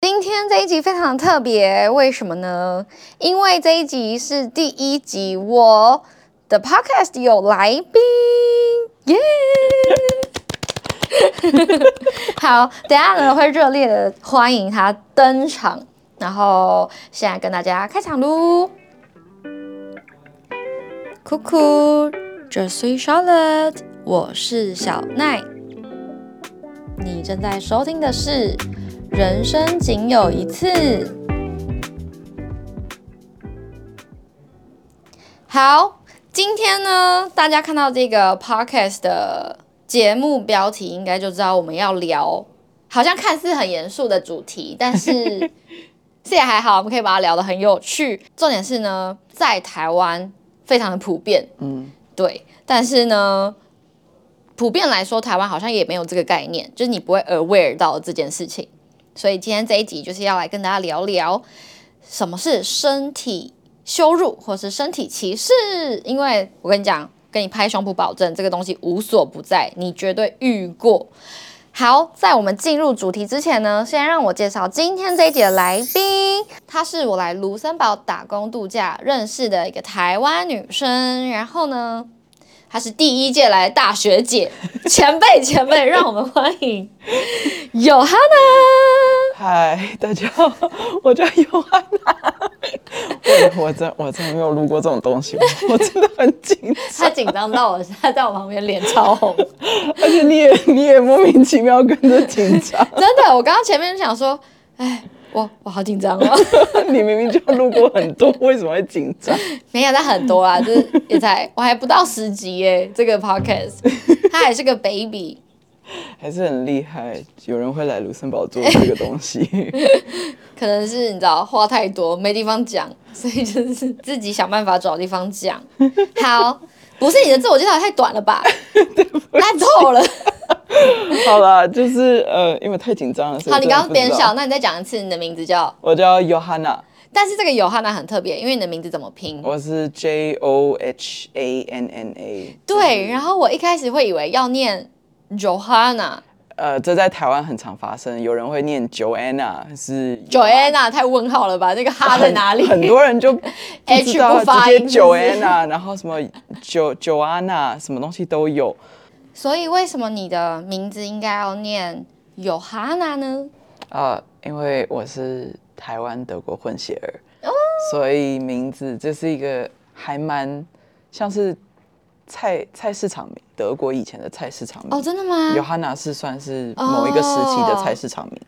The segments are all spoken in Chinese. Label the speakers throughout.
Speaker 1: 天这一集非常特别，为什么呢？因为这一集是第一集，我的 podcast 有来宾，耶、 好，等一下呢会热烈的欢迎他登场，然后现在跟大家开场喽。酷酷，Je suis Charlotte，我是小奈。你正在收听的是《人生仅有一次》。好，今天呢，大家看到这个 podcast 的节目标题，应该就知道我们要聊，好像看似很严肃的主题，但是这也还好，我们可以把它聊得很有趣。重点是呢，在台湾非常的普遍，
Speaker 2: 嗯，
Speaker 1: 对，但是呢，普遍来说，台湾好像也没有这个概念，就是你不会 aware 到这件事情。所以今天这一集就是要来跟大家聊聊什么是身体羞辱或是身体歧视，因为我跟你讲，跟你拍胸脯保证，这个东西无所不在，你绝对遇过。好，在我们进入主题之前呢，先让我介绍今天这一集的来宾。她是我来卢森堡打工度假认识的一个台湾女生，然后呢，她是第一届来的大学姐，前辈前辈，让我们欢迎有哈娜。
Speaker 2: 嗨， 大家好，我叫尤安娜。 我我真我真的没有录过这种东西，我我真的很紧张，
Speaker 1: 她紧张到我，她在我旁边脸超红，
Speaker 2: 而且你也你也莫名其妙跟着紧张，
Speaker 1: 真的，我刚刚前面就想说，哎，我我好紧张哦，
Speaker 2: 你明明就录过很多，为什么会紧张？
Speaker 1: 没想到很多啊，就是也才我还不到十集耶，这个 podcast，她还是个 baby。
Speaker 2: 还是很厉害，有人会来卢森堡做这个东西。
Speaker 1: 可能是你知道话太多没地方讲，所以就是自己想办法找地方讲。 好，不是你的自我介绍太短了 吧？烂透了。
Speaker 2: 好啦，就是呃，因为太紧张了，所以
Speaker 1: 好，你
Speaker 2: 真的
Speaker 1: 刚刚
Speaker 2: 不
Speaker 1: 别人
Speaker 2: 知道
Speaker 1: 笑，，那你再讲一次你的名字叫。
Speaker 2: 我叫尤安娜，
Speaker 1: 但是这个有哈娜很特别，因为你的名字怎么拼？
Speaker 2: 我是 J O H A N N A。
Speaker 1: 对，然后我一开始会以为要念 Johanna
Speaker 2: 呃，这在台湾很常发生，有人会念 Joanna 是
Speaker 1: Joanna，太问号了吧？那个哈在哪 里？
Speaker 2: 很很多人就
Speaker 1: H
Speaker 2: 不知道
Speaker 1: 不发
Speaker 2: 直
Speaker 1: 音是
Speaker 2: 接
Speaker 1: 不是
Speaker 2: Joanna，然后什么 Jo Joanna 什么东西都有。
Speaker 1: 所以为什么你的名字应该要念 Johanna 呢？
Speaker 2: 呃，因为我是台湾德国混血
Speaker 1: 哦
Speaker 2: 儿，所以名字这是一个还蛮像是菜菜市场名，德国以前的菜市场名。
Speaker 1: 哦，真的哦吗？
Speaker 2: Johanna 是算是某一个时期的菜市场名，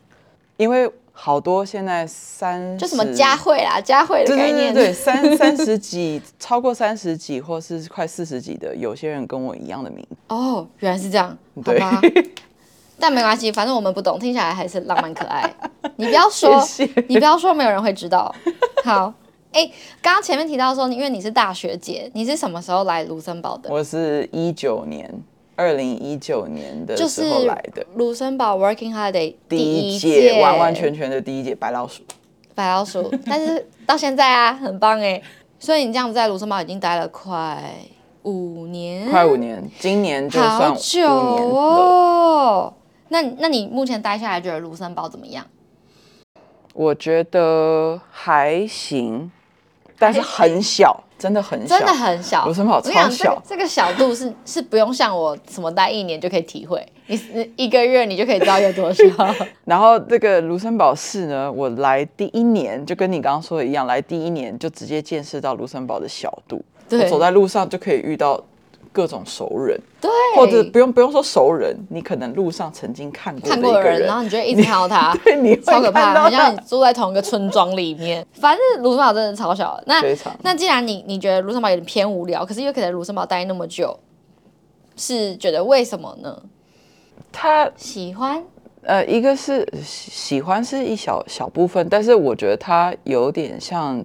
Speaker 2: 因为好多现在三
Speaker 1: 就什么佳慧啦，佳慧的
Speaker 2: 对
Speaker 1: 概念。
Speaker 2: 对对对，三 三十几，超过三十几或是快四十几的，有些人跟我一样的名字。
Speaker 1: 哦，原来是这样，好
Speaker 2: 对
Speaker 1: 吧。但没关系，反正我们不懂，听起来还是浪漫可 爱。你不要说，
Speaker 2: 谢谢
Speaker 1: 你不要说，没有人会知道。好，哎、刚刚前面提到说，因为你是大学姐，你是什么时候来卢森堡的？
Speaker 2: 我是一九年，二零一九年的
Speaker 1: 就
Speaker 2: 时
Speaker 1: 是
Speaker 2: 候来的，
Speaker 1: 卢森堡 Working Holiday
Speaker 2: 第
Speaker 1: 一
Speaker 2: 届完完全全的第一届白老鼠。
Speaker 1: 白老 鼠，但是到现在啊，很棒哎。所以你这样子在卢森堡已经待了快五年，
Speaker 2: 快五年，今年就
Speaker 1: 嗯
Speaker 2: 算
Speaker 1: 好
Speaker 2: 五
Speaker 1: 久
Speaker 2: 年了。
Speaker 1: 哦。那那你目前待下来，觉得卢森堡怎么样？
Speaker 2: 我觉得还行，但是很小，真的很小，
Speaker 1: 真的很小，
Speaker 2: 卢森堡
Speaker 1: 我跟你讲
Speaker 2: 超小
Speaker 1: 这个这个小度是是不用像我什么待一年就可以体会，你你一个月你就可以知道有多 少。
Speaker 2: 然后这个卢森堡市呢，我来第一年就跟你刚刚说的一样，来第一年就直接见识到卢森堡的小度。
Speaker 1: 对
Speaker 2: 我走在路上就可以遇到各种熟人，
Speaker 1: 对，
Speaker 2: 或者不用不用说熟人，你可能路上曾经看过的
Speaker 1: 看
Speaker 2: 一
Speaker 1: 过
Speaker 2: 个，
Speaker 1: 的人，然后你就会一直看到他
Speaker 2: 对， 你会
Speaker 1: 超可怕，
Speaker 2: 看到
Speaker 1: 很像你
Speaker 2: 他。
Speaker 1: 住在同一个村庄里面。反正卢森堡真的超小的。那
Speaker 2: 非常
Speaker 1: 那既然你你觉得卢森堡有点偏无聊，可是又可以在卢森堡待那么久，是觉得为什么呢？
Speaker 2: 他
Speaker 1: 喜欢
Speaker 2: 呃，一个是喜喜欢是一小小部分，但是我觉得它有点像，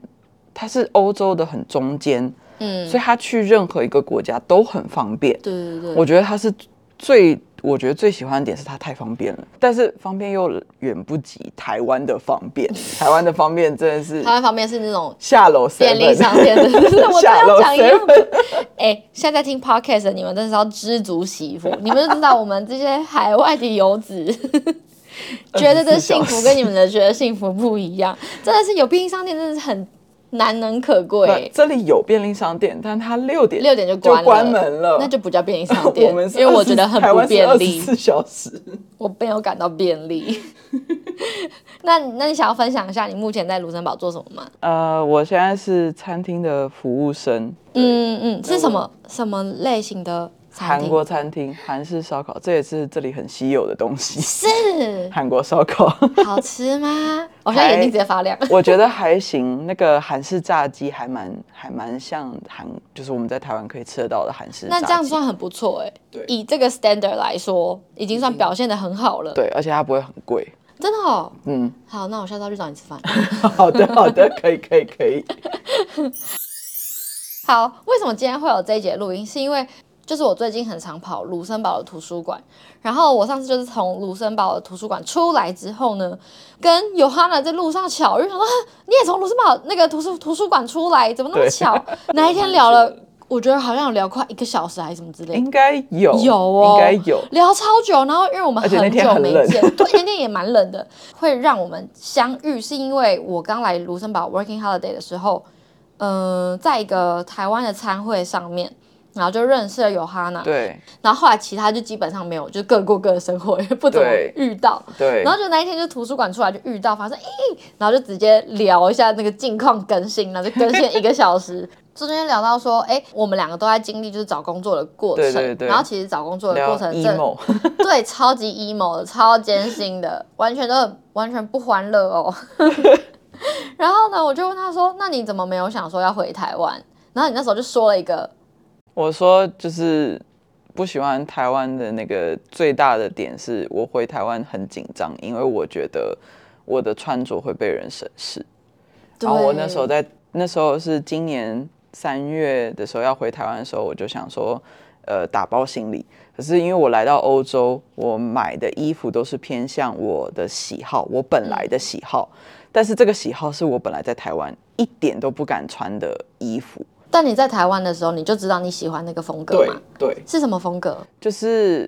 Speaker 2: 它是欧洲的很中间，
Speaker 1: 嗯，
Speaker 2: 所以他去任何一个国家都很方便。
Speaker 1: 对对对，
Speaker 2: 我觉得它是最，我觉得最喜欢的点是它太方便了，但是方便又远不及台湾的方便。台湾的方便真的是
Speaker 1: 台湾方面是那种
Speaker 2: 下楼
Speaker 1: 便利
Speaker 2: 7-Eleven
Speaker 1: 商店，对对对，我都
Speaker 2: 下
Speaker 1: 要
Speaker 2: 楼
Speaker 1: 讲一样
Speaker 2: seven，
Speaker 1: 的。哎、现在在听 podcast 的 你们真是要知足惜福，你们就知道我们这些海外的游子觉得的幸福跟你们的觉得幸福不一样，真的是有便利商店真的是很难能可
Speaker 2: 那
Speaker 1: 贵。
Speaker 2: 这里有便利商店，但它六点
Speaker 1: 六点就
Speaker 2: 就
Speaker 1: 关了，
Speaker 2: 关门了，
Speaker 1: 那就不叫便利商店
Speaker 2: 我们，是
Speaker 1: 因为我觉得
Speaker 2: 20
Speaker 1: 很
Speaker 2: 台
Speaker 1: 不
Speaker 2: 湾是
Speaker 1: 便利。
Speaker 2: 四小时。
Speaker 1: 我没有感到便利。 那那你想要分享一下你目前在卢森堡做什么吗？
Speaker 2: 呃，我现在是餐厅的服务生，
Speaker 1: 嗯嗯，是什么什么类型的餐
Speaker 2: 韩
Speaker 1: 厅？
Speaker 2: 国餐厅韩式烧烤，这也是这里很稀有的东西。
Speaker 1: 是
Speaker 2: 韩国烧 烤，
Speaker 1: 好吃吗？我现在眼睛直接发亮。
Speaker 2: 我觉得还行。那个韩式炸鸡还蛮还蛮像韩，就是我们在台湾可以吃得到的韩式炸
Speaker 1: 那
Speaker 2: 鸡。
Speaker 1: 这样算很不错哎、
Speaker 2: 对
Speaker 1: 以这个 standard 来说，已经算表现的很好了。
Speaker 2: 对，而且它不会很贵。
Speaker 1: 真的哦。
Speaker 2: 嗯，
Speaker 1: 好，那我下次要去找你吃饭。
Speaker 2: 好的好 的，可以可以可以。
Speaker 1: 好，为什么今天会有这一节录音？是因为就是我最近很常跑卢森堡的图书馆，然后我上次就是从卢森堡的图书馆出来之后呢，跟尤哈娜在路上巧遇，想说啊你也从卢森堡那个图书图书馆出来， 怎么那么
Speaker 2: 对
Speaker 1: 巧？哪一天聊了，我觉得好像有聊快一个小时还是什么之类的。
Speaker 2: 应该有
Speaker 1: 有哦，
Speaker 2: 应该有。
Speaker 1: 聊超久，然后因为我们
Speaker 2: 而且那
Speaker 1: 很
Speaker 2: 天
Speaker 1: 久
Speaker 2: 很
Speaker 1: 没
Speaker 2: 冷
Speaker 1: 见，对，那天也蛮冷的，会让我们相遇，是因为我刚来卢森堡 working holiday 的时候，嗯、在一个台湾的餐会上面，然后就认识了尤哈娜，
Speaker 2: 对
Speaker 1: 然后后来其他就基本上没有，就各过各的生活，也不怎么
Speaker 2: 对
Speaker 1: 遇到。
Speaker 2: 对
Speaker 1: 然，后就那一天就图书馆出来就遇到，发现咦，然后就直接聊一下那个近况更新，然后就更新了一个小时。中间聊到说，哎、我们两个都在经历就是找工作的过程，
Speaker 2: 对对对
Speaker 1: 然后其实找工作的
Speaker 2: 聊
Speaker 1: 过程真
Speaker 2: emo，
Speaker 1: 对超级 emo 的，超艰辛的，完全都很完全不欢乐哦。然后呢，我就问他说，那你怎么没有想说要回台湾？然后你那时候就说了一个，
Speaker 2: 我说就是不喜欢台湾的那个最大的点是，我回台湾很紧张，因为我觉得我的穿着会被人审视。
Speaker 1: 对
Speaker 2: 然后我那时候在那时候是今年三月的时候要回台湾的时候，我就想说，呃，打包行李。可是因为我来到欧洲，我买的衣服都是偏向我的喜好，我本来的喜好。但是这个喜好是我本来在台湾一点都不敢穿的衣服。
Speaker 1: 但你在台湾的时候，你就知道你喜欢那个风格
Speaker 2: 对
Speaker 1: 嘛？
Speaker 2: 对，
Speaker 1: 是什么风格？
Speaker 2: 就是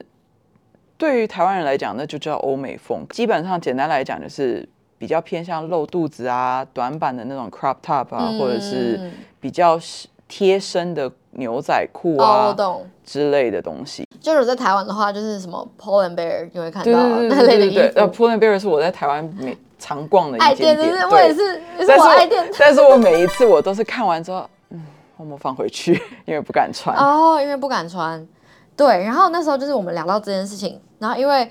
Speaker 2: 对于台湾人来讲，那就叫欧美风。基本上，简单来讲，就是比较偏向露肚子啊、短版的那种 crop top 啊，
Speaker 1: 嗯
Speaker 2: 或者是比较贴身的牛仔裤
Speaker 1: 哦，我
Speaker 2: 啊、
Speaker 1: 懂。
Speaker 2: 之类的东西。
Speaker 1: 就是我在台湾的话，就是什么 Paul and Bear 你会看到
Speaker 2: 对
Speaker 1: 啊
Speaker 2: 对
Speaker 1: 那
Speaker 2: 对
Speaker 1: 类的
Speaker 2: 对
Speaker 1: 衣
Speaker 2: 对，呃
Speaker 1: 服。
Speaker 2: ，Pull and Bear 是我在台湾每常逛的一
Speaker 1: 爱
Speaker 2: 间
Speaker 1: 店，
Speaker 2: 店，
Speaker 1: 对对，
Speaker 2: 对
Speaker 1: 我也是，也是
Speaker 2: 但
Speaker 1: 我
Speaker 2: 是
Speaker 1: 爱店。
Speaker 2: 但是我每一次我都是看完之后，嗯，我们放回去，因为不敢穿。
Speaker 1: 哦，因为不敢穿。对，然后那时候就是我们聊到这件事情，然后因为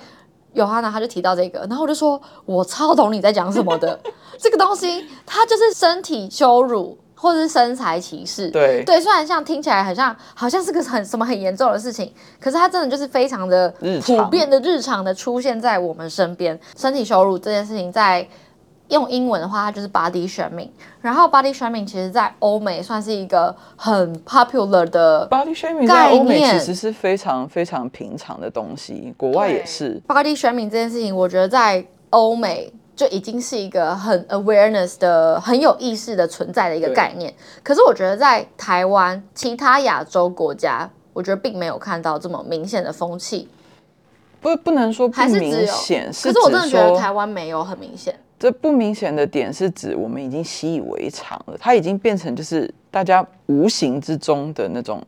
Speaker 1: 有哈娜她就提到这个，然后我就说我超懂你在讲什么 的，这个东西它就是身体羞辱或者是身材歧视。
Speaker 2: 对
Speaker 1: 对，虽然像听起来很像好像是个很什么很严重的事情，可是它真的就是非常的
Speaker 2: 日
Speaker 1: 普
Speaker 2: 常
Speaker 1: 遍的日常的出现在我们身边。身体羞辱这件事情在。用英文的话，它就是 body shaming。然后 body shaming 其实，在欧美算是一个很 popular 的
Speaker 2: Body shaming 在欧美
Speaker 1: 概念
Speaker 2: 其实是非常非常平常的东西，国外也
Speaker 1: 对
Speaker 2: 是。
Speaker 1: body shaming 这件事情，我觉得在欧美就已经是一个很 awareness 的、很有意识的存在的一个
Speaker 2: 对
Speaker 1: 概念。可是我觉得在台湾、其他亚洲国家，我觉得并没有看到这么明显的风气，
Speaker 2: 不不能说不
Speaker 1: 还是只
Speaker 2: 明
Speaker 1: 有。
Speaker 2: 显，
Speaker 1: 可
Speaker 2: 指
Speaker 1: 是我真的觉得
Speaker 2: 说哦
Speaker 1: 台湾没有很明显。
Speaker 2: 这不明显的点是指我们已经习以为常了，它已经变成就是大家无形之中的那种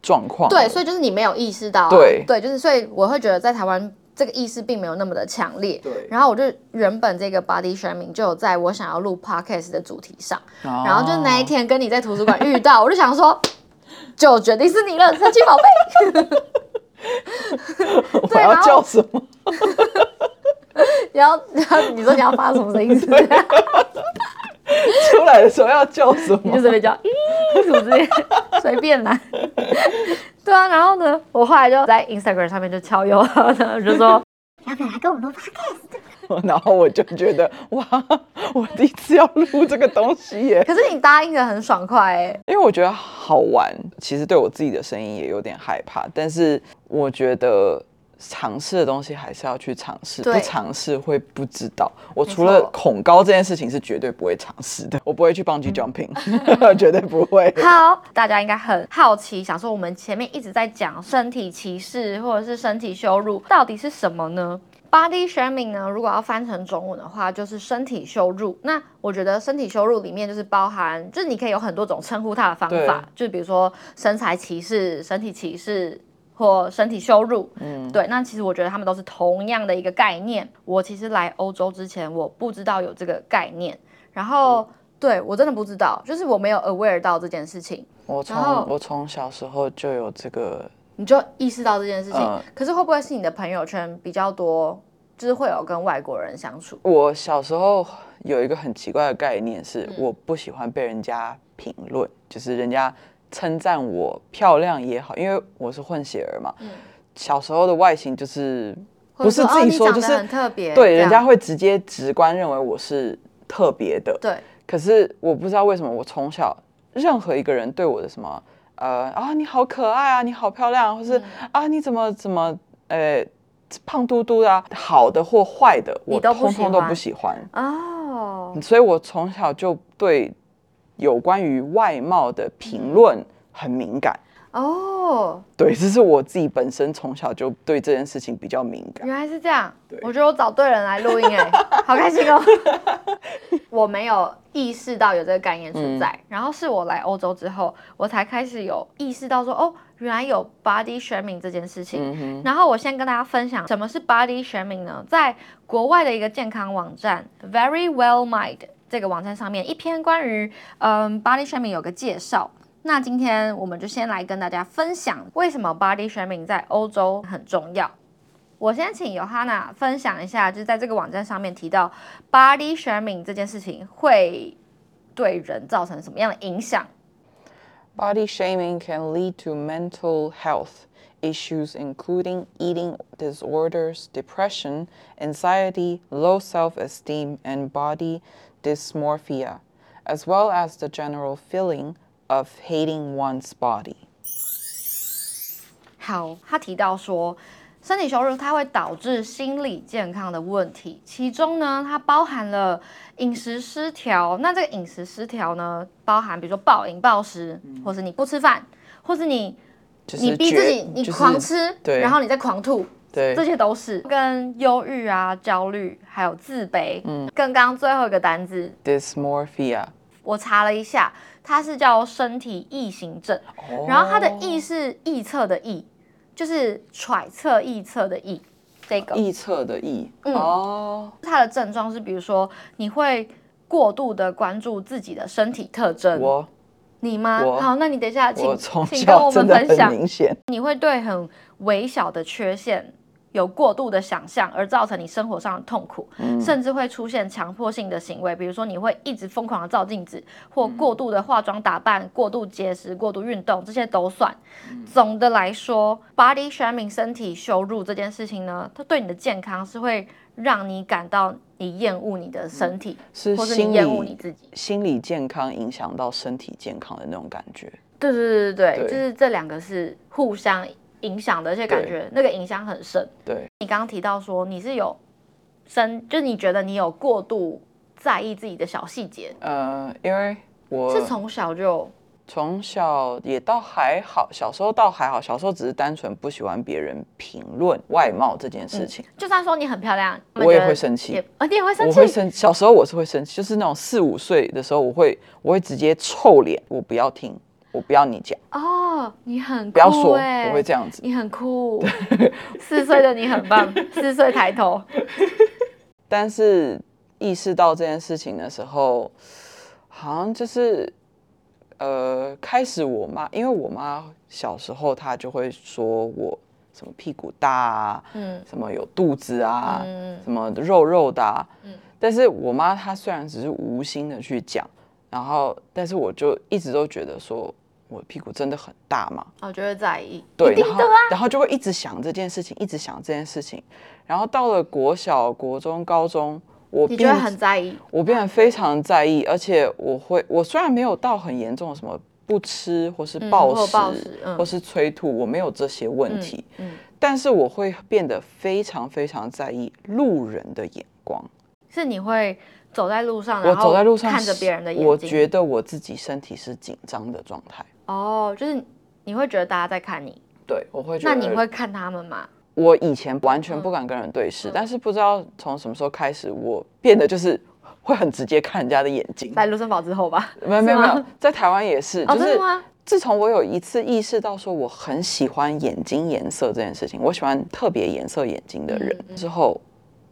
Speaker 2: 状况了。
Speaker 1: 对，所以就是你没有意识到啊、
Speaker 2: 对
Speaker 1: 就是所以我会觉得在台湾这个意识并没有那么的强烈。
Speaker 2: 对
Speaker 1: 然后我就原本这个 body shaming 就有在我想要录 podcast 的主题上，
Speaker 2: 哦
Speaker 1: 然后就那一天跟你在图书馆遇到，我就想 说，就决定是你了，神奇宝贝。
Speaker 2: 我要
Speaker 1: 然后
Speaker 2: 叫什 么？
Speaker 1: 你要，你要， 你说你要发什么 声音？是不是
Speaker 2: 出来的时候要叫什
Speaker 1: 你就
Speaker 2: 么？
Speaker 1: 随便叫，咦，什么之类的， 随便啦。对啊，然后呢，我后来就在 Instagram 上面就敲右，然后就 说，
Speaker 2: 然后我就觉得哇，我第一次要录这个东西耶，
Speaker 1: 可是你答应的很爽快哎、
Speaker 2: 因为我觉得好玩，其实对我自己的声音也有点害怕，但是我觉得尝试的东西还是要去尝试，
Speaker 1: 对
Speaker 2: 不尝试会不知道。我
Speaker 1: 错
Speaker 2: 除了恐高这件事情是绝对不会尝试的，我不会去 bungee jumping，、绝 对不会。
Speaker 1: 好，大家应该很好奇，想说我们前面一直在讲身体歧视或者是身体羞辱，到底是什么呢？ body shaming 呢，如果要翻成中文的话，就是身体羞辱。那我觉得身体羞辱里面就是包含，就是你可以有很多种称呼它的方法，就是比如说身材歧视、身体歧视或身体羞辱。嗯，对。那其实我觉得他们都是同样的一个概念。我其实来欧洲之前，我不知道有这个概念，然后、对我真的不知道，就是我没有 aware 到这件事情。
Speaker 2: 我从
Speaker 1: 然后
Speaker 2: 我从小时候就有这个，
Speaker 1: 你就意识到这件事情。
Speaker 2: 嗯
Speaker 1: 可是会不会是你的朋友圈比较多，就是会有跟外国人相处？
Speaker 2: 我小时候有一个很奇怪的概念是，
Speaker 1: 嗯
Speaker 2: 我不喜欢被人家评论，就是人家称赞我漂亮也好，因为我是混血儿嘛，
Speaker 1: 嗯
Speaker 2: 小时候的外形就是
Speaker 1: 或者
Speaker 2: 不是自
Speaker 1: 哦、
Speaker 2: 己说
Speaker 1: 你长
Speaker 2: 就
Speaker 1: 得
Speaker 2: 是
Speaker 1: 很特别，
Speaker 2: 对
Speaker 1: 这
Speaker 2: 人
Speaker 1: 样
Speaker 2: 家会直接直观认为我是特别的，
Speaker 1: 对
Speaker 2: 可是我不知道为什么，我从小任何一个人对我的什么，呃啊你好可爱啊，你好漂亮啊，或
Speaker 1: 嗯
Speaker 2: 是、啊你怎么怎么呃胖嘟嘟的、啊，好的或坏的，
Speaker 1: 你
Speaker 2: 我
Speaker 1: 都不
Speaker 2: 通
Speaker 1: 喜
Speaker 2: 通都不
Speaker 1: 欢
Speaker 2: 喜欢。
Speaker 1: 哦，
Speaker 2: 所以我从小就对有关于外貌的评论很敏感。
Speaker 1: 哦，
Speaker 2: 对，这是我自己本身从小就对这件事情比较敏感。
Speaker 1: 原来是这样。我觉得我找对人来录音哎、好开心 哦！我没有意识到有这个概念
Speaker 2: 嗯
Speaker 1: 存在，然后是我来欧洲之后，我才开始有意识到说，哦，原来有 body shaming 这件事情。
Speaker 2: 嗯哼，
Speaker 1: 然后我先跟大家分享什么是 body shaming 呢？在国外的一个健康网站 Very Well Mind 这个网站上面，一篇关于嗯 body shaming 有个介绍。那今天我们就先来跟大家分享为什么 body shaming 在欧洲很重要。我先请尤哈娜分享一下，就是在这个网站上面提到 body shaming 这件事情会对人造成什么样的影响？
Speaker 2: Body shaming can lead to mental health issues, including eating disorders, depression, anxiety, low self esteem, and body dysmorphia, as well as the general feeling of hating one's body.
Speaker 1: 好，他提到说，身体羞辱它会导致心理健康的问题，其中呢，它包含了饮食失调。那这个饮食失调呢，包含比如说暴饮暴食，或是你不吃饭，或是你
Speaker 2: 嗯就是
Speaker 1: 你逼自
Speaker 2: 觉
Speaker 1: 己你
Speaker 2: 就是
Speaker 1: 狂吃，
Speaker 2: 对
Speaker 1: 然后你再狂吐，
Speaker 2: 对
Speaker 1: 这些都是跟忧郁啊、焦虑还有自卑，嗯，跟刚刚最后一个单字
Speaker 2: dysmorphia。
Speaker 1: 我查了一下，它是叫身体异形症，
Speaker 2: 哦
Speaker 1: 然后它的异是臆测的臆，就是揣测、臆测的臆。这个
Speaker 2: 臆测的臆。
Speaker 1: 嗯
Speaker 2: 哦，
Speaker 1: 它的症状是，比如说你会过度的关注自己的身体特征，
Speaker 2: 我
Speaker 1: 你吗
Speaker 2: 我？
Speaker 1: 好，那你等一下，
Speaker 2: 我
Speaker 1: 请
Speaker 2: 从
Speaker 1: 嗯请跟
Speaker 2: 小
Speaker 1: 我
Speaker 2: 真
Speaker 1: 们
Speaker 2: 的
Speaker 1: 分
Speaker 2: 很
Speaker 1: 享，
Speaker 2: 明显，
Speaker 1: 你会对很微小的缺陷有过度的想象，而造成你生活上的痛苦，甚至会出现强迫性的行为，比如说你会一直疯狂的照镜子，或过度的化妆打扮、过度节食、过度运动，这些都算。总的来说，body shaming 身体羞辱这件事情呢，它对你的健康是会让你感到你厌恶你的身体，
Speaker 2: 是
Speaker 1: 或是
Speaker 2: 心
Speaker 1: 你厌恶
Speaker 2: 理
Speaker 1: 你自己。
Speaker 2: 心理健康影响到身体健康的那种感觉。
Speaker 1: 对对对对对，
Speaker 2: 对
Speaker 1: 就是这两个是互相影响的，而且感
Speaker 2: 对
Speaker 1: 觉那个影响很深。
Speaker 2: 对，
Speaker 1: 你刚刚提到说你是有生，就是你觉得你有过度在意自己的小细节，
Speaker 2: 呃，因为我
Speaker 1: 是从小就
Speaker 2: 从小也倒还好，小时候倒还好，小时候只是单纯不喜欢别人评论外貌这件
Speaker 1: 嗯
Speaker 2: 事情。
Speaker 1: 就算说你很漂亮，他们
Speaker 2: 我也
Speaker 1: 觉得
Speaker 2: 会生气
Speaker 1: 也啊，你也会生
Speaker 2: 我会
Speaker 1: 气，
Speaker 2: 生，小时候我是会生气，就是那种四五岁的时候，我会我会直接臭脸，我不要听，我不要你讲，
Speaker 1: 哦，你很
Speaker 2: 不要说，
Speaker 1: 酷
Speaker 2: 我
Speaker 1: 哎，
Speaker 2: 会这样子。
Speaker 1: 你很酷，四岁的你很 棒，四岁抬头，
Speaker 2: 但是意识到这件事情的时候，好像就是呃，开始我妈，因为我妈小时候她就会说我什么屁股大啊，
Speaker 1: 嗯
Speaker 2: 什么有肚子啊，
Speaker 1: 嗯
Speaker 2: 什么肉肉的、啊，
Speaker 1: 嗯
Speaker 2: 但是我妈她虽然只是无心的去讲，然后但是我就一直都觉得说我屁股真的很大嘛，
Speaker 1: 哦我就会在意，
Speaker 2: 对，
Speaker 1: 一定
Speaker 2: 然后
Speaker 1: 的啊，
Speaker 2: 然后就会一直想这件事情，一直想这件事情，然后到了国小、国中、高中，我
Speaker 1: 你就会
Speaker 2: 变
Speaker 1: 很在意，
Speaker 2: 我变得非常在意，而且我会，我虽然没有到很严重的什么不吃或是
Speaker 1: 嗯
Speaker 2: 暴
Speaker 1: 或
Speaker 2: 食、
Speaker 1: 暴食嗯
Speaker 2: 或是催吐，我没有这些问题，
Speaker 1: 嗯，
Speaker 2: 但是我会变得非常非常在意路人的眼光。
Speaker 1: 是你会走在路上，
Speaker 2: 我
Speaker 1: 然后
Speaker 2: 走在路上
Speaker 1: 看着
Speaker 2: 是
Speaker 1: 别人的眼睛，
Speaker 2: 我觉得我自己身体是紧张的状态。
Speaker 1: 哦，就是你会觉得大家在看你，
Speaker 2: 对，我会觉
Speaker 1: 那
Speaker 2: 得
Speaker 1: 你会看他们吗？
Speaker 2: 我以前完
Speaker 1: 嗯
Speaker 2: 全不敢跟人对视，但是不知道从什么时候开始，我变得就是会很直接看人家的眼睛。
Speaker 1: 在卢森堡之后吧？
Speaker 2: 没有没有
Speaker 1: 是
Speaker 2: 没
Speaker 1: 吗
Speaker 2: 有，在台湾也是，
Speaker 1: 哦，
Speaker 2: 就
Speaker 1: 真的
Speaker 2: 是
Speaker 1: 吗？
Speaker 2: 自从我有一次意识到说我很喜欢眼睛颜色这件事情，我喜欢特别颜色眼睛的人
Speaker 1: 嗯
Speaker 2: 之后，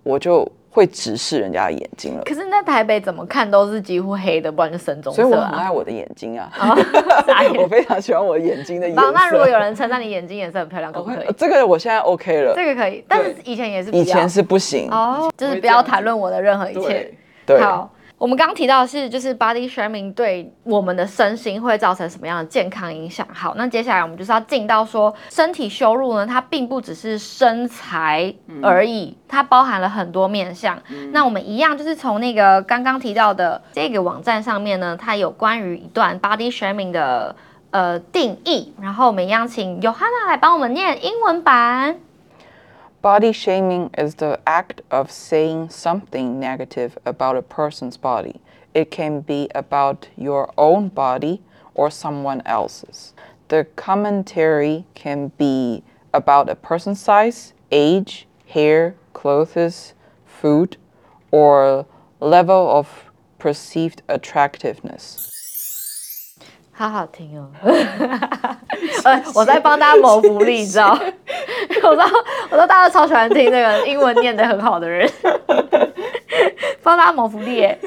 Speaker 2: 我就会直视人家的眼睛了。
Speaker 1: 可是，在台北怎么看都是几乎黑的，不然就深棕
Speaker 2: 所以我
Speaker 1: 色
Speaker 2: 很
Speaker 1: 啊。哦
Speaker 2: 爱我的眼睛啊，
Speaker 1: 傻眼
Speaker 2: 我非常喜欢我眼睛的颜
Speaker 1: 好，
Speaker 2: 色。
Speaker 1: 那如果有人称赞你眼睛颜色很漂亮，可
Speaker 2: 我
Speaker 1: 不
Speaker 2: 会
Speaker 1: 可以
Speaker 2: 呃？这个我现在 OK 了，
Speaker 1: 这个可以，但是以前也是不要
Speaker 2: 以前是不行。
Speaker 1: 哦，就是不要谈论我的任何一切。
Speaker 2: 对，
Speaker 1: 好，我们刚刚提到的是，就是 body shaming 对我们的身心会造成什么样的健康影响？好，那接下来我们就是要进到说，身体羞辱呢，它并不只是身材而已，它包含了很多面向。那我们一样就是从那个刚刚提到的这个网站上面呢，它有关于一段 body shaming 的呃定义，然后我们一样请 Johanna 来帮我们念英文版。
Speaker 2: Body shaming is the act of saying something negative about a person's body. It can be about your own body or someone else's. The commentary can be about a person's size, age, hair, clothes, food, or level of perceived attractiveness.
Speaker 1: 好好听 哦！呃，我在帮大家谋福利，你知道？我知道， 我知道大家超喜欢听那个英文念得很好的人，帮大家谋福利耶！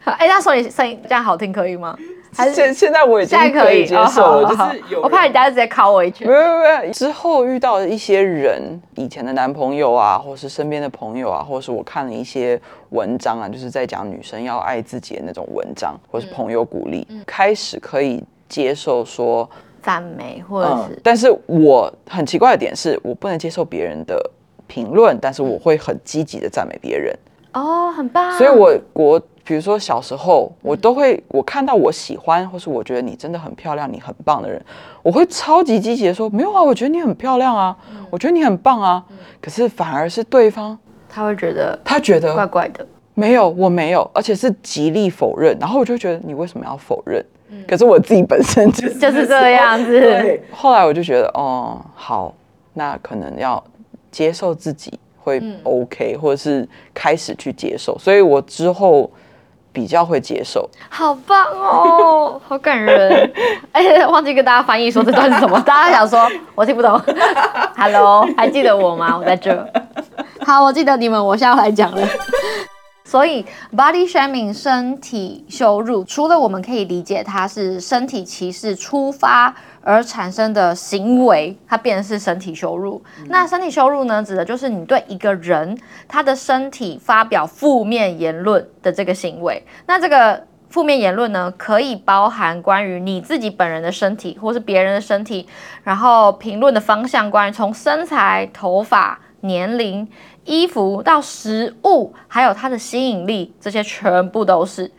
Speaker 1: 好哎、那所以声音这样好听可以吗？还是
Speaker 2: 现现在我已经
Speaker 1: 现在
Speaker 2: 可
Speaker 1: 可
Speaker 2: 以
Speaker 1: 以？
Speaker 2: 接
Speaker 1: 哦
Speaker 2: 受
Speaker 1: 好好
Speaker 2: 了，就
Speaker 1: 好
Speaker 2: 是有，
Speaker 1: 我怕人家直接敲我一拳
Speaker 2: 没。有没有没有，之后遇到一些人，以前的男朋友啊，或是身边的朋友啊，或是我看了一些文章啊，就是在讲女生要爱自己的那种文章，或是朋友鼓励，开始可以接受说，
Speaker 1: 赞美或者
Speaker 2: 嗯
Speaker 1: 是，
Speaker 2: 但是我很奇怪的点是我不能接受别人的评论，但是我会很积极的赞美别人，
Speaker 1: 哦，很棒。
Speaker 2: 嗯所以我我。比如说小时候，我都会我看到我喜欢，或是我觉得你真的很漂亮，你很棒的人，我会超级积极的说没有啊，我觉得你很漂亮啊，我觉得你很棒啊。
Speaker 1: 嗯
Speaker 2: 可是反而是对方
Speaker 1: 他会觉得
Speaker 2: 他觉
Speaker 1: 怪
Speaker 2: 得
Speaker 1: 怪的，
Speaker 2: 没有，我没有，而且是极力否认。然后我就觉得你为什么要否认？可是我自己本身就是
Speaker 1: 嗯就是这样子
Speaker 2: 对。后来我就觉得，哦，好，那可能要接受自己会
Speaker 1: 嗯
Speaker 2: OK，、或者是开始去接受，所以我之后比较会接受。
Speaker 1: 好棒哦，好感 人！而且忘记跟大家翻译说这段是 什么，大家想说我听不 懂。Hello，还记得我吗？我在这。好，我记得你们，我下要来讲了。所以，body shaming 身体羞辱，除了我们可以理解它是身体歧视出发而产生的行为，它变成是身体羞辱。那身体羞辱呢，指的就是你对一个人他的身体发表负面言论的这个行为。那这个负面言论呢，可以包含关于你自己本人的身体，或是别人的身体，然后评论的方向关于从身材、头发、年龄、衣服到食物，还有它的吸引力，这些全部都是。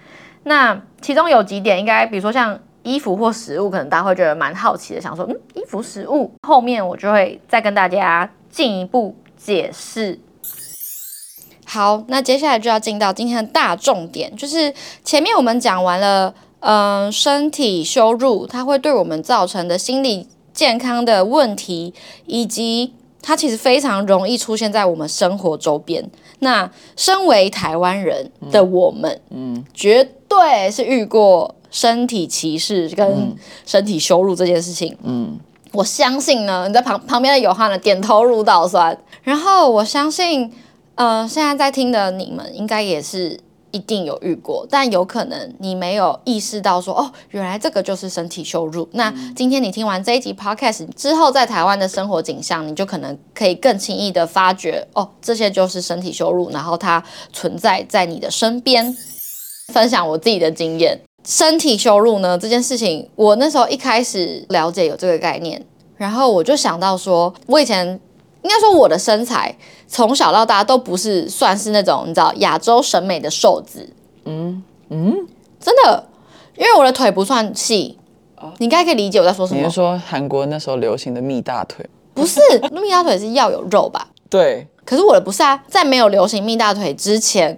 Speaker 1: 那其中有几点，应该比如说像衣服或食物，可能大家会觉得蛮好奇的，想说，嗯，衣服、食物，后面我就会再跟大家进一步解释。好，那接下来就要进到今天的大重点，就是前面我们讲完了，嗯、身体羞辱它会对我们造成的心理健康的问题，以及它其实非常容易出现在我们生活周边。那身为台湾人的我们，嗯，绝对是遇过身体歧视跟身体羞辱这件事情。
Speaker 2: 嗯，
Speaker 1: 我相信呢，你在旁旁边的友汉呢点头如捣蒜，然后我相信，呃，现在在听的你们应该也是一定有遇过，但有可能你没有意识到说，哦，原来这个就是身体羞辱。那今天你听完这一集 podcast 之后，在台湾的生活景象，你就可能可以更轻易的发觉，哦，这些就是身体羞辱，然后它存在在你的身边。分享我自己的经验。身体羞辱呢这件事情，我那时候一开始了解有这个概念，然后我就想到说，我以前应该说我的身材从小到大都不是算是那种你知道亚洲审美的瘦子，嗯嗯，真的，因为我的腿不算细，你应该可以理解我在说什
Speaker 2: 你
Speaker 1: 么
Speaker 2: 是。说韩国那时候流行的蜜大腿？
Speaker 1: 不是，蜜大腿是要有肉吧？
Speaker 2: 对，
Speaker 1: 可是我的不是啊，在没有流行蜜大腿之前，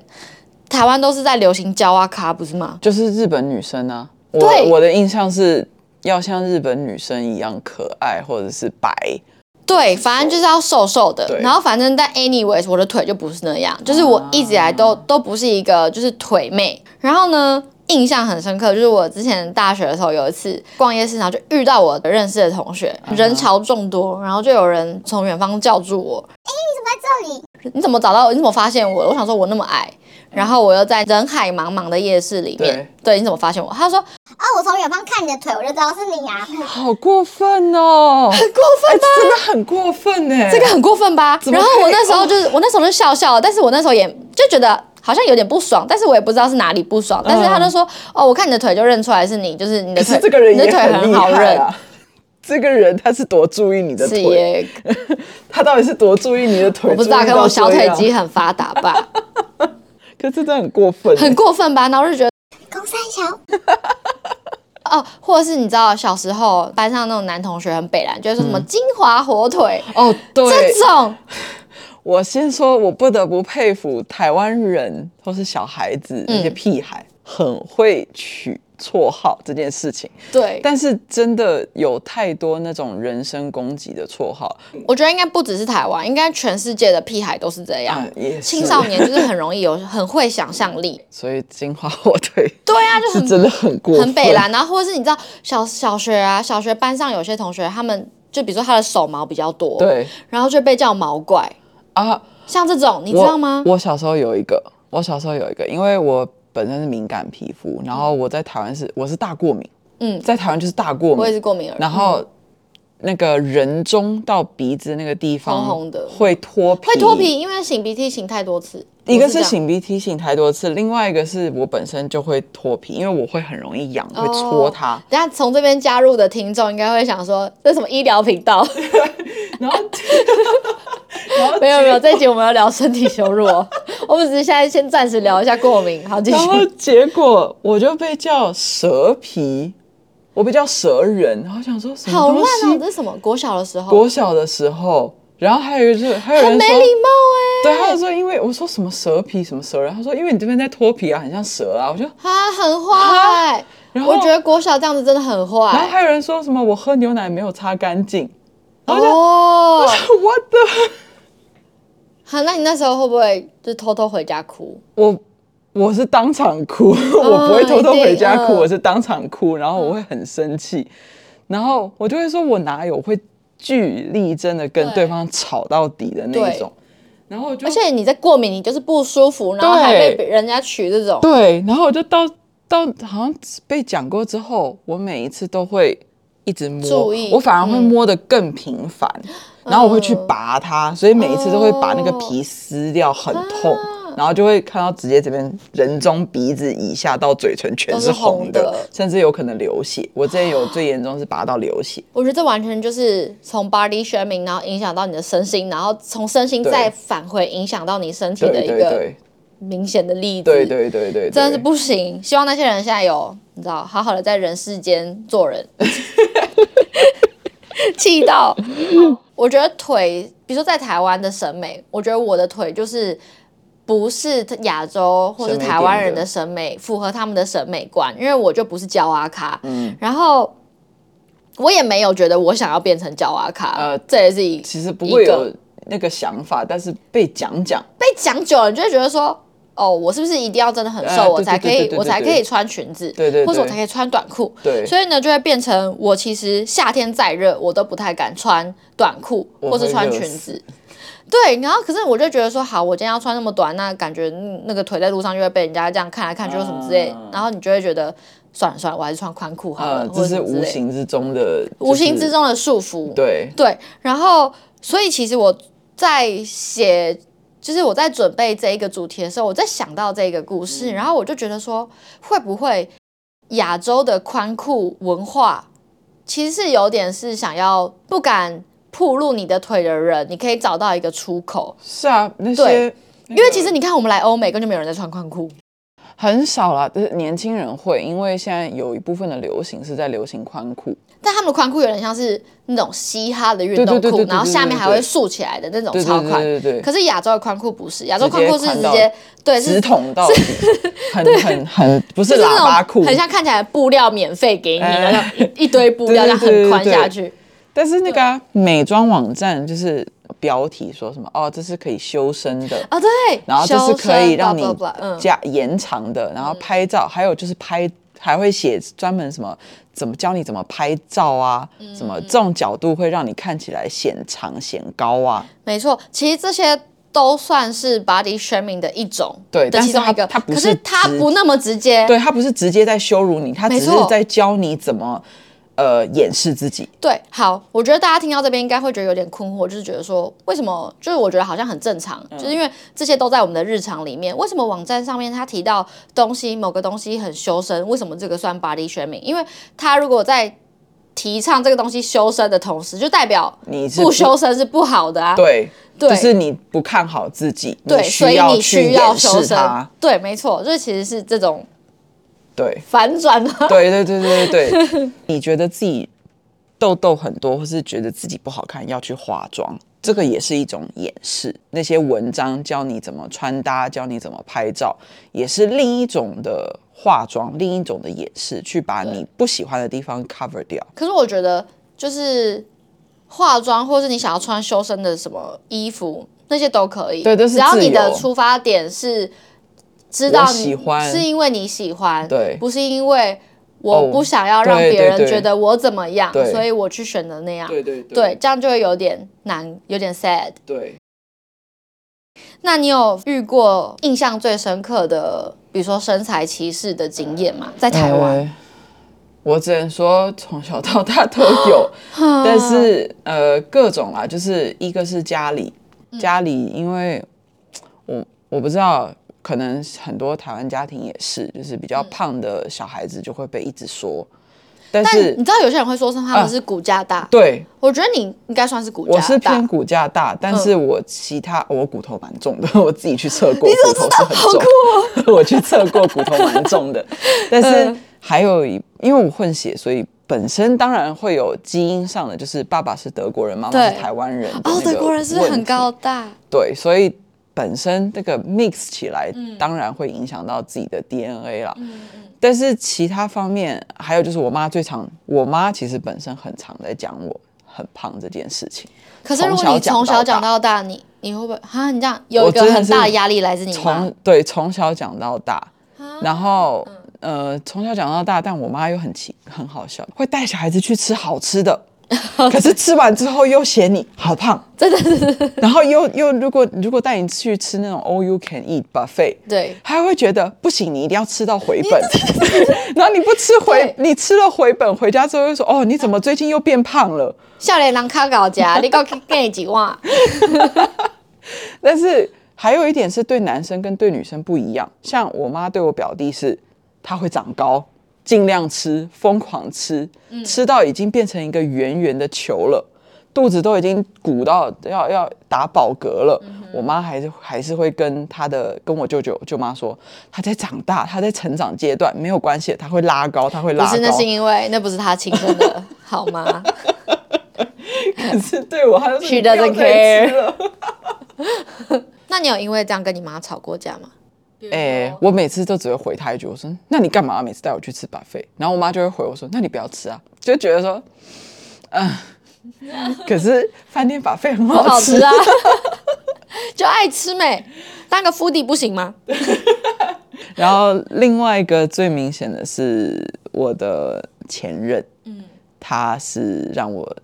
Speaker 1: 台湾都是在流行胶啊咖，不是吗？
Speaker 2: 就是日本女生啊。我
Speaker 1: 对
Speaker 2: 我的印象是要像日本女生一样可爱，或者是白。
Speaker 1: 对，反正就是要瘦瘦的
Speaker 2: 对。
Speaker 1: 然后反正但 anyways，我的腿就不是那样，就是我一直以来都、都不是一个就是腿妹。然后呢，印象很深刻，就是我之前大学的时候有一次逛夜市，然后就遇到我认识的同学，人潮众多，然后就有人从远方叫住我，哎、你怎么在这里？你怎么找到我？你怎么发现我的？我想说我那么矮。然后我又在人海茫茫的夜市里面，嗯对，你怎么发现我？他说
Speaker 3: 哦，我从远方看你的腿，我就知道是你啊。
Speaker 2: 好过分哦！
Speaker 1: 很过分啊
Speaker 2: 哎， 真的很过分哎！
Speaker 1: 这个很过分吧？
Speaker 2: 么哦
Speaker 1: 然后我那时候就是，我那时候就笑笑了，但是我那时候也就觉得好像有点不爽，但是我也不知道是哪里不爽。但是他就说，哦，我看你的腿就认出来是你，就是你的
Speaker 2: 嗯可
Speaker 1: 腿
Speaker 2: 是，这个人
Speaker 1: 你的
Speaker 2: 也
Speaker 1: 腿
Speaker 2: 很
Speaker 1: 很
Speaker 2: 厉
Speaker 1: 好
Speaker 2: 害
Speaker 1: 认，
Speaker 2: 啊！这个人他是多注意你的
Speaker 1: 是
Speaker 2: 腿，啊
Speaker 1: 耶，
Speaker 2: 他到底是多注意你的腿？
Speaker 1: 我不知道，
Speaker 2: 注
Speaker 1: 可
Speaker 2: 意
Speaker 1: 能
Speaker 2: 到
Speaker 1: 我小腿
Speaker 2: 这
Speaker 1: 肌
Speaker 2: 样，
Speaker 1: 很发达 吧，
Speaker 2: 可是真的很过分欸，
Speaker 1: 很过分吧？然后就觉得。
Speaker 3: 公三小，
Speaker 1: 哦，或者是你知道小时候班上那种男同学很北蓝，就会说什么金华火腿、
Speaker 2: 哦。嗯对，
Speaker 1: 这种，
Speaker 2: 我先说，我不得不佩服台湾人或是小孩子
Speaker 1: 嗯
Speaker 2: 那些屁孩，很会取绰号这件事情。
Speaker 1: 对，
Speaker 2: 但是真的有太多那种人身攻击的绰号，
Speaker 1: 我觉得应该不只是台湾，应该全世界的屁孩都是这样
Speaker 2: 啊。也是
Speaker 1: 青少年就是很容易有很会想象力，
Speaker 2: 所以金华火腿
Speaker 1: 对啊，就是很
Speaker 2: 真的很过分，
Speaker 1: 很北蓝，然后或者是你知道小小学啊，小学班上有些同学他们就比如说他的手毛比较多，，
Speaker 2: 对
Speaker 1: 然后就被叫毛怪，
Speaker 2: 啊，
Speaker 1: 像这种你知
Speaker 2: 我
Speaker 1: 道吗？
Speaker 2: 我小时候有一个，我小时候有一个，因为我本身是敏感皮肤，然后我在台湾是我是大过敏，
Speaker 1: 嗯
Speaker 2: 在台湾就是大过
Speaker 1: 我也
Speaker 2: 敏，
Speaker 1: 是过敏儿，嗯
Speaker 2: 然后。那个人中到鼻子那个地方，
Speaker 1: 红红的
Speaker 2: 会脱皮，
Speaker 1: 会脱皮，因为擤鼻涕擤太多次，
Speaker 2: 一个
Speaker 1: 我这
Speaker 2: 是
Speaker 1: 样
Speaker 2: 擤鼻涕擤太多次，另外一个是我本身就会脱皮，因为我会很容易痒，会搓它。
Speaker 1: 哦等下从这边加入的听众应该会想说，这是什么医疗频道？
Speaker 2: 然后，然后
Speaker 1: 没有没有，这一集我们要聊身体羞辱哦。我们只是现在先暂时聊一下过敏，好继
Speaker 2: 然后
Speaker 1: 续。
Speaker 2: 结果我就被叫蛇皮，我被叫蛇人，然后想说什么
Speaker 1: 好烂
Speaker 2: 东西？
Speaker 1: 哦！这是什么？国小的时候，
Speaker 2: 国小的时候，然后还有就是还有
Speaker 1: 哦很
Speaker 2: 人
Speaker 1: 没
Speaker 2: 说，
Speaker 1: 礼貌欸
Speaker 2: 对，他就说因为我说什么蛇皮什么蛇人，他说因为你这边在脱皮啊，很像蛇啊，我就
Speaker 1: 哎、啊，很坏。
Speaker 2: 然后
Speaker 1: 我觉得国小这样子真的很
Speaker 2: 然后
Speaker 1: 坏。
Speaker 2: 还有人说什么我喝牛奶没有擦干净，然后就、
Speaker 1: 哦，
Speaker 2: what the
Speaker 1: 好，那你那时候会不会就偷偷回家哭？
Speaker 2: 我。我是当场哭， 我不会偷偷回家哭，
Speaker 1: 哦一定嗯
Speaker 2: 我是当场哭，然后我会很生气，然后我就会说，我哪有我会据力争的跟
Speaker 1: 对
Speaker 2: 对方吵到底的那
Speaker 1: 对
Speaker 2: 种，然后我就
Speaker 1: 而且你在过敏，你就是不舒服，然后还被人家取这种。
Speaker 2: 对，然后我就到到好像被讲过之后，我每一次都会一直摸，
Speaker 1: 注意嗯
Speaker 2: 我反而会摸得更频繁，然后我会去拔它，所以每一次都会把那个皮撕掉，很痛。
Speaker 1: 啊
Speaker 2: 然后就会看到直接这边人中、鼻子以下到嘴唇全
Speaker 1: 都
Speaker 2: 是
Speaker 1: 是
Speaker 2: 红
Speaker 1: 红
Speaker 2: 的，
Speaker 1: 的
Speaker 2: 甚至有可能流血。我之前有最严重是拔到流血，
Speaker 1: 我觉得这完全就是从 body shaming，然后影响到你的身心，然后从身心
Speaker 2: 对
Speaker 1: 再返回影响到你身体
Speaker 2: 对
Speaker 1: 的
Speaker 2: 对
Speaker 1: 一个
Speaker 2: 对
Speaker 1: 明显的例子。
Speaker 2: 对对对对，
Speaker 1: 真的是
Speaker 2: 对
Speaker 1: 不行。希望那些人现在有你知道，好好的在人世间做人， 气到。我觉得腿，比如说在台湾的审美，我觉得我的腿就是不是亚洲或是
Speaker 2: 审美
Speaker 1: 台湾人
Speaker 2: 点的
Speaker 1: 的审美，符合他们的审美观，因为我就不是焦阿卡，
Speaker 2: 嗯
Speaker 1: 然后。我也没有觉得我想要变成焦阿卡，
Speaker 2: 呃
Speaker 1: 这也是一
Speaker 2: 其实不
Speaker 1: 一
Speaker 2: 会
Speaker 1: 个
Speaker 2: 有那个想法，但是被讲讲，
Speaker 1: 被讲久了，你就会觉得说，哦，我是不是一定要真的很
Speaker 2: 啊
Speaker 1: 瘦，我才可
Speaker 2: 对对对
Speaker 1: 以
Speaker 2: 对，对
Speaker 1: 我才
Speaker 2: 对
Speaker 1: 可以穿裙子，
Speaker 2: 对对对
Speaker 1: 或者我才可以穿短裤，
Speaker 2: 对
Speaker 1: 所以呢，就会变成我其实夏天再热，我都不太敢穿短裤
Speaker 2: 我
Speaker 1: 或是
Speaker 2: 会
Speaker 1: 穿
Speaker 2: 热
Speaker 1: 裙
Speaker 2: 死
Speaker 1: 子。对，然后可是我就觉得说，好，我今天要穿那么短，那感觉嗯那个腿在路上就会被人家这样看来看去，或什么之类，
Speaker 2: 啊
Speaker 1: 然后你就会觉得，算了算了，我还是穿宽裤好了，
Speaker 2: 呃，
Speaker 1: 或
Speaker 2: 这
Speaker 1: 者
Speaker 2: 是
Speaker 1: 什么之类
Speaker 2: 无形之中的，
Speaker 1: 无形
Speaker 2: 就是
Speaker 1: 之中的束缚，
Speaker 2: 对，
Speaker 1: 对，然后所以其实我在写，就是我在准备这一个主题的时候，我在想到这个故
Speaker 2: 嗯
Speaker 1: 事，然后我就觉得说，会不会亚洲的宽裤文化其实是有点是想要不敢暴露你的腿的人，你可以找到一个出口，
Speaker 2: 是啊，那些
Speaker 1: 对
Speaker 2: 那
Speaker 1: 因为
Speaker 2: 个
Speaker 1: 其实你看我们来欧美根本就没有人在穿宽裤，
Speaker 2: 很少啦，就是年轻人会，因为现在有一部分的流行是在流行宽裤，
Speaker 1: 但他们的宽裤有点像是那种嘻哈的运
Speaker 2: 对
Speaker 1: 动
Speaker 2: 对对
Speaker 1: 裤，
Speaker 2: 对对
Speaker 1: 然后下面还会
Speaker 2: 对
Speaker 1: 竖起来的那种
Speaker 2: 对
Speaker 1: 哦超
Speaker 2: 对
Speaker 1: 宽。
Speaker 2: 对对对，
Speaker 1: 可是亚洲的宽裤不是，亚洲
Speaker 2: 直
Speaker 1: 宽
Speaker 2: 接
Speaker 1: 裤是
Speaker 2: 宽
Speaker 1: 直
Speaker 2: 到
Speaker 1: 接对是
Speaker 2: 直筒到底，很很很不是
Speaker 1: 就是
Speaker 2: 喇叭
Speaker 1: 那
Speaker 2: 裤
Speaker 1: 种，很像看起来布料免费给你，
Speaker 2: 哎
Speaker 1: 然后一一堆布料，
Speaker 2: 对
Speaker 1: 然后
Speaker 2: 对
Speaker 1: 很
Speaker 2: 对
Speaker 1: 宽
Speaker 2: 对
Speaker 1: 下去。
Speaker 2: 但是那个啊、美妆网站就是标题说什么哦，这是可以修身的，
Speaker 1: 啊，对，
Speaker 2: 然后这是
Speaker 1: 修
Speaker 2: 可以
Speaker 1: 身
Speaker 2: 让你
Speaker 1: blah blah blah，嗯，
Speaker 2: 加延长的，然后拍照，还有就是拍还会写专门什么怎么教你怎么拍照啊，
Speaker 1: 嗯
Speaker 2: 什么这种角度会让你看起来显长显高啊，
Speaker 1: 没错，其实这些都算是 body shaming 的一种，
Speaker 2: 对
Speaker 1: 的
Speaker 2: 但
Speaker 1: 其
Speaker 2: 是
Speaker 1: 中
Speaker 2: 它
Speaker 1: 一个，
Speaker 2: 它不
Speaker 1: 可
Speaker 2: 是
Speaker 1: 是它
Speaker 2: 直
Speaker 1: 不那么直接，
Speaker 2: 对他不是直接在羞辱你，他
Speaker 1: 没
Speaker 2: 只是
Speaker 1: 错
Speaker 2: 在教你怎么呃掩饰自己，
Speaker 1: 对，好，我觉得大家听到这边应该会觉得有点困惑，就是觉得说为什么？就是我觉得好像很正常，就是
Speaker 2: 嗯
Speaker 1: 因为这些都在我们的日常里面。为什么网站上面他提到东西某个东西很修身，为什么这个算 body shaming？因为他如果在提倡这个东西修身的同时，就代表
Speaker 2: 你是
Speaker 1: 不修身是不好的啊。
Speaker 2: 对。
Speaker 1: 对
Speaker 2: 就是你不看好自己，
Speaker 1: 对，
Speaker 2: 需
Speaker 1: 所以
Speaker 2: 要
Speaker 1: 你
Speaker 2: 去
Speaker 1: 需要
Speaker 2: 掩
Speaker 1: 修
Speaker 2: 饰
Speaker 1: 身
Speaker 2: 它。。
Speaker 1: 对，没错，就是其实是这种
Speaker 2: 对，
Speaker 1: 反转的。
Speaker 2: 对对对对对， 你觉得自己痘痘很多，或是觉得自己不好看，要去化妆，这个也是一种掩饰。那些文章教你怎么穿搭，教你怎么拍照，也是另一种的化妆，另一种的掩饰，去把你不喜欢的地方 cover 掉。
Speaker 1: 可是我觉得，就是化妆，或是你想要穿修身的什么衣服，那些都可以。
Speaker 2: 对都是
Speaker 1: 只要
Speaker 2: 自
Speaker 1: 你的
Speaker 2: 由
Speaker 1: 出发点是知道
Speaker 2: 我
Speaker 1: 你
Speaker 2: 喜欢
Speaker 1: 是因为你喜欢，
Speaker 2: 对
Speaker 1: 不是因为
Speaker 2: 哦
Speaker 1: 我不想要让
Speaker 2: 对
Speaker 1: 别
Speaker 2: 对
Speaker 1: 人
Speaker 2: 对
Speaker 1: 觉得我怎么样，
Speaker 2: 哦对
Speaker 1: 所以我去选择那样。
Speaker 2: 对
Speaker 1: 对，这样就会有点难，有点 sad。
Speaker 2: 对，
Speaker 1: 那你有遇过印象最深刻的，比如说身材歧视的经验吗？在台湾，
Speaker 2: 呃我只能说从小到大都有，但是呃各种啊，就是一个是家里，家里因为我我不知道，可能很多台湾家庭也是，就是比较胖的小孩子就会被一直说，但
Speaker 1: 但
Speaker 2: 是
Speaker 1: 你知道有些人会说是他
Speaker 2: 啊
Speaker 1: 们是骨架大，
Speaker 2: 对
Speaker 1: 我觉得你应该算是骨架大。嗯
Speaker 2: 我是偏骨架大，但是我其他、我骨头蛮重的， 我自己去测过，骨头是很重。
Speaker 1: 哦
Speaker 2: 我去测过骨头蛮重 的，但是
Speaker 1: 嗯
Speaker 2: 还有一，因为我混血，所以本身当然会有基因上的，就是爸爸是德国人，妈妈
Speaker 1: 对
Speaker 2: 是台湾人的那
Speaker 1: 哦，
Speaker 2: 个
Speaker 1: 德国人是不是
Speaker 2: 问
Speaker 1: 很
Speaker 2: 题
Speaker 1: 高大？
Speaker 2: 对，所以本身这个 mix 起来，
Speaker 1: 嗯
Speaker 2: 当然会影响到自己的 DNA 啦。但是其他方面，还有就是我妈最常，我妈其实本身很常在讲我很胖这件事情。
Speaker 1: 可是如果
Speaker 2: 从
Speaker 1: 你
Speaker 2: 小讲
Speaker 1: 从小
Speaker 2: 到
Speaker 1: 讲
Speaker 2: 大
Speaker 1: 到大，你你会不会啊？你这样有一
Speaker 2: 我
Speaker 1: 个
Speaker 2: 真的
Speaker 1: 很大的
Speaker 2: 是
Speaker 1: 压力来自你妈
Speaker 2: 从对从小讲到大，
Speaker 1: 啊
Speaker 2: 然后
Speaker 1: 嗯
Speaker 2: 呃从小讲到大，但我妈又很奇很好笑，会带小孩子去吃好 吃的，可是吃完之后又嫌你好胖，
Speaker 1: 真的是
Speaker 2: 然后又又如果如果带你去吃那种 all you can eat buffet。
Speaker 1: 对
Speaker 2: 她会觉得不行，你一定要吃到回本。 然后你不吃回
Speaker 1: 对，啊
Speaker 2: 你吃了回本，回家之后又说：“哦，你怎么最近又变胖了？”
Speaker 1: 笑脸狼卡搞家， 你搞给几万？
Speaker 2: 但是还有一点是对男生跟对女生不一样，像我妈对我表弟是，他会长高，尽量吃，疯狂吃，
Speaker 1: 嗯
Speaker 2: 吃到已经变成一个圆圆的球了。肚子都已经鼓到要要打饱嗝了，
Speaker 1: 嗯
Speaker 2: 我妈还是还是会跟她的跟我舅舅舅妈说，她在长大，她在成长阶段没有关系，她会拉高，她会
Speaker 1: 不
Speaker 2: 拉高。
Speaker 1: 是，那是因为那不是他亲生的， 好吗？
Speaker 2: 可 是对我，她就
Speaker 1: She
Speaker 2: 是不要
Speaker 1: doesn't
Speaker 2: 再吃
Speaker 1: care
Speaker 2: 了。
Speaker 1: 那你有因为这样跟你妈吵过架吗？
Speaker 2: 哎、
Speaker 1: 哦
Speaker 2: 我每次都只会回他一句，我说：“那你干嘛啊每次带我去吃 buffet？” 然后我妈就会回我说：“那你不要吃啊。”就觉得说，嗯、 可是饭店 buffet 很
Speaker 1: 不好
Speaker 2: 好
Speaker 1: 吃
Speaker 2: 吃
Speaker 1: 啊， 就爱吃美，当个 foodie 不行吗？
Speaker 2: 然后另外一个最明显的是我的前任，嗯，他是让我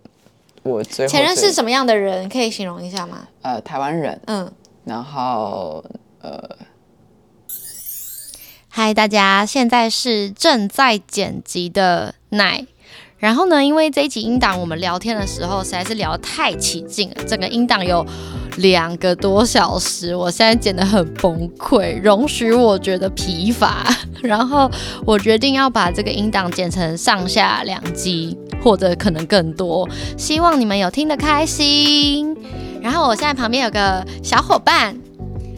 Speaker 2: 我最后
Speaker 1: 前任
Speaker 2: 最
Speaker 1: 是什么样的人？可以形容一下吗？
Speaker 2: 呃台湾人，
Speaker 1: 嗯，
Speaker 2: 然后
Speaker 1: 嗨，大家，现在是正在剪辑的奶。然后呢，因为这一集音档我们聊天的时候实在是聊得太起劲了，整个音档有两个多小时，我现在剪得很崩溃，容许我觉得疲乏。 然后我决定要把这个音档剪成上下两集，或者可能更多，希望你们有听得开心。然后我现在旁边有个小伙伴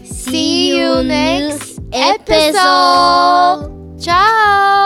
Speaker 1: ，See you next episode. Ciao.